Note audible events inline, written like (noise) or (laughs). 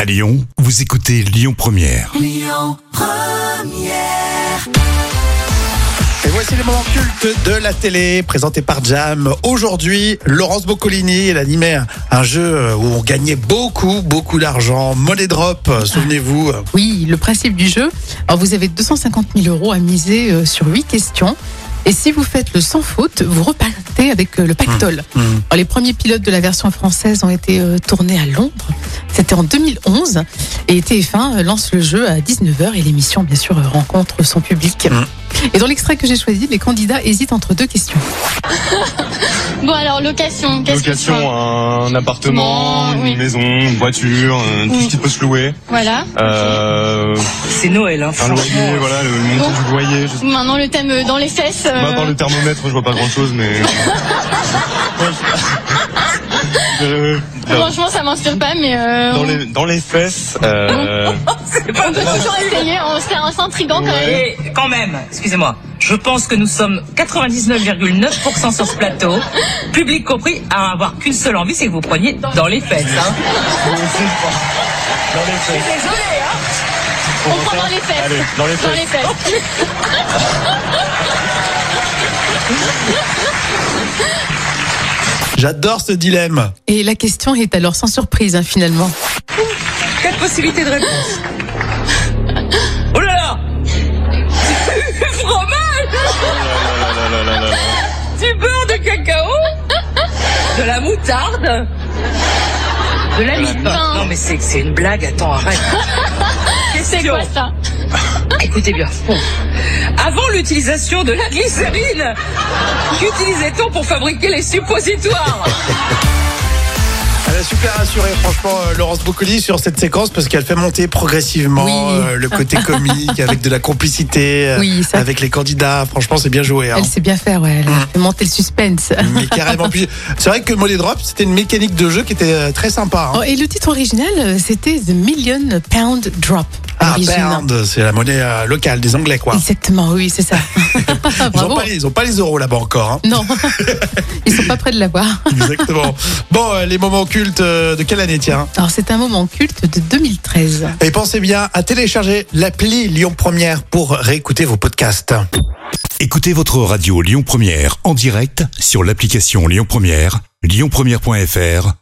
À Lyon, vous écoutez Lyon Première. Et voici les moments cultes de la télé, présentés par Jam. Aujourd'hui, Laurence Boccolini, elle animait un jeu où on gagnait beaucoup, beaucoup d'argent. Money Drop, souvenez-vous. Oui, le principe du jeu. Alors, vous avez 250 000 euros à miser euh, sur 8 questions. Et si vous faites le sans faute, vous repartez avec euh, le pactole. Alors, les premiers pilotes de la version française ont été euh, tournés à Londres. C'était en 2011. Et TF1 euh, lance le jeu à 19h et l'émission, bien sûr, euh, rencontre son public. Mm. Et dans l'extrait que j'ai choisi, les candidats hésitent entre deux questions. Bon alors location, qu'est-ce que tu Location, hein. fais un appartement, Oui. une maison, une voiture, euh, tout Oui. ce qui peut se louer. Voilà. Euh, C'est Noël, hein, un loyer, voilà, le montant du loyer. Je... Maintenant le thème euh, dans les fesses. euh, Bah, à part le thermomètre, je vois pas grand chose, (laughs) mais. Euh, dans, Franchement ça m'inspire pas mais euh, dans on- les, dans les fesses, euh, on peut toujours essayer, on- c'est un- c'est intriguant quand Ouais. même. Et quand même, excusez-moi, je pense que nous sommes 99,9% sur ce plateau, public compris, à avoir qu'une seule envie, c'est que vous preniez dans les fesses. Hein. On prend dans les fesses. allez, dans les Dans les fesses. fesses. J'adore ce dilemme. Et la question est alors sans surprise, hein, finalement. Quatre possibilités de réponse. Oh là là Fromage là, là, là, là, là, là. Du beurre de cacao De la moutarde De la lippe moutarde. Non mais c'est c'est une blague, attends, arrête. (laughs) C'est Question. quoi ça Écoutez bien. Bon. Avant l'utilisation de la glycérine, qu'utilisait-on pour fabriquer les suppositoires Elle est super assurée, franchement, euh, Laurence Boccolini, sur cette séquence, parce qu'elle fait monter progressivement Oui. euh, le (laughs) côté comique, avec de la complicité, euh, Oui, ça- avec les candidats. Franchement, c'est bien joué. hein. Elle sait bien faire, ouais. Elle a fait monter le suspense. Mais carrément. Puis, C'est vrai que Money Drop, c'était une mécanique de jeu qui était euh, très sympa. hein. Oh, et le titre original, euh, c'était The Million Pound Drop. Ah, Origine. pound, c'est la monnaie euh, locale des Anglais, quoi. Exactement, oui, c'est ça. Ils n'ont Bravo. pas, les- ils ont pas les euros là-bas encore. hein. Non, (laughs) ils sont pas prêts de l'avoir. (laughs) Exactement. bon, euh, les moments cultes euh, de quelle année, tiens Alors, c'est un moment culte de 2013. Et pensez bien à télécharger l'appli Lyon Première pour réécouter vos podcasts. Écoutez votre radio Lyon Première en direct sur l'application Lyon Première, lyonpremière.fr